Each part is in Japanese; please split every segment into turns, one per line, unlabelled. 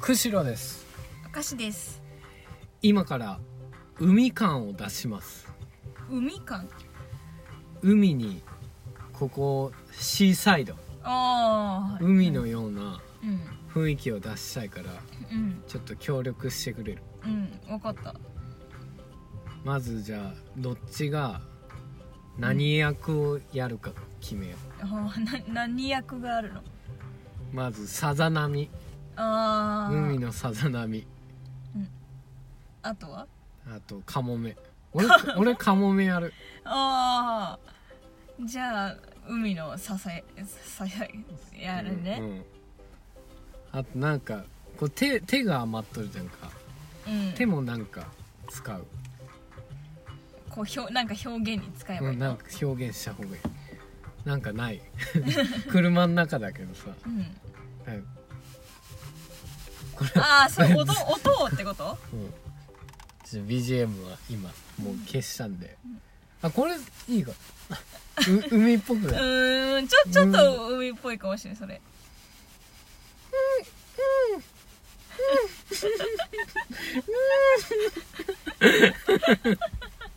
釧路です
明石です
今から海感を出します
海感
海にここシーサイド
ああ
海のような
うん
雰囲気を出したいから
うん
ちょっと協力してくれる
うん分かった
まずじゃあどっちが何役をやるか決めよ
あーな何役があるの
うまずさざ波
ああ
海のさざ波
あとは
あとカモメ俺俺カモメやる
ああじゃあ海の支え支えやる
う
ね
んうんあとなんかこう手手が余っとるじゃんか
うん、
手もなんか使う、
こうひょなんか表現に使えば
う
いい
ん、
の
なんか表現した方がいいなんかない 車の中だけどさ
うん
なんか
ああそれ音音をってこと
うんちょっと BGM は今もう消したんで、あこれいいかう 海っぽく
う
ない
ーんちょちょっと海っぽいかもしれないそれダメだ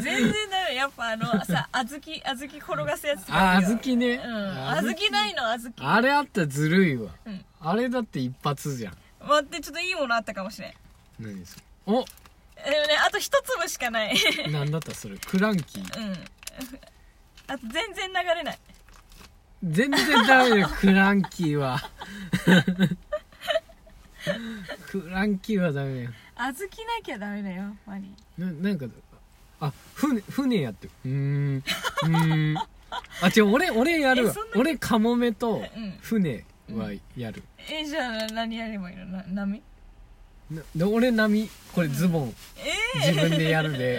全然ダメやっぱあのさ小豆小豆転がすやつとか
あ
あ
小豆ね、
うん小豆ないの小豆
あれあったらずるいわ、
うん
あれだって一発じゃん
待ってちょっといいものあったかもしれん
何それお
でもねあと一粒しかない
なんだったそれクランキー
うんあと全然流れない
全然ダメ だよクランキーは クランキーはダメだよ
小豆なきゃダメだよマリ
ななんかあ船船やってるうー んうーんあ違う俺俺やるわ
えそんな
俺カモメと
うん
船はやる、
えじゃあ何やればいいのな波
なで俺波これズボン、
え
自分でやるで、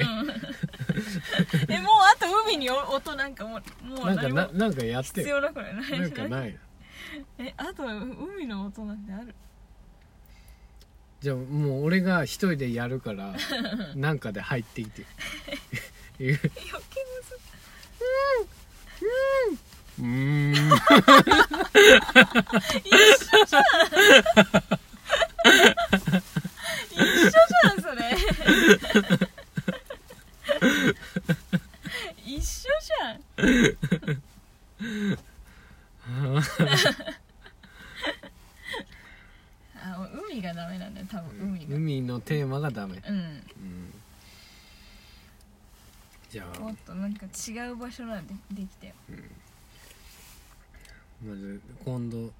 えもうあと海にお音なんかもうも
な
うん
か
何
な
も
なんかやって
必
よ
要なくらいない
なんかない
えあと海の音なんてある
じゃあもう俺が一人でやるから なんかで入っていてう
え余計むず
ーん
一緒じゃんそれ一緒じゃんあ海がダメなんだよ多分海が
海のテーマがダメ、
うん
うん、じゃあ
もっとなんか違う場所なんでできたよ
まず今度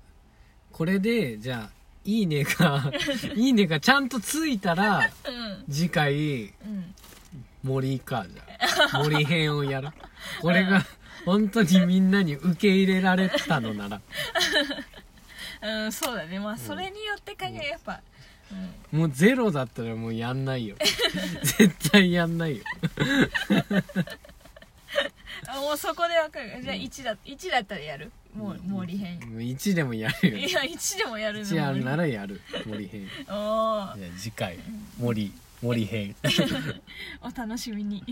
これでじゃあ「いいね が」いいねがちゃんとついたら
うん
次回
うん
森かじゃあ森編をやるこれが本当にみんなに受け入れられたのなら
うん、そうだねまあそれによってかやっぱ、う
もうゼロだったらもうやんないよ絶対やんないよ
ん、あもうそこでわかるじゃあ1だ一だったらやるもう森編
もう1でもやるよ
いや1でもやるの
1やるならやる森編
おー
じゃあ次回森森編
お楽しみに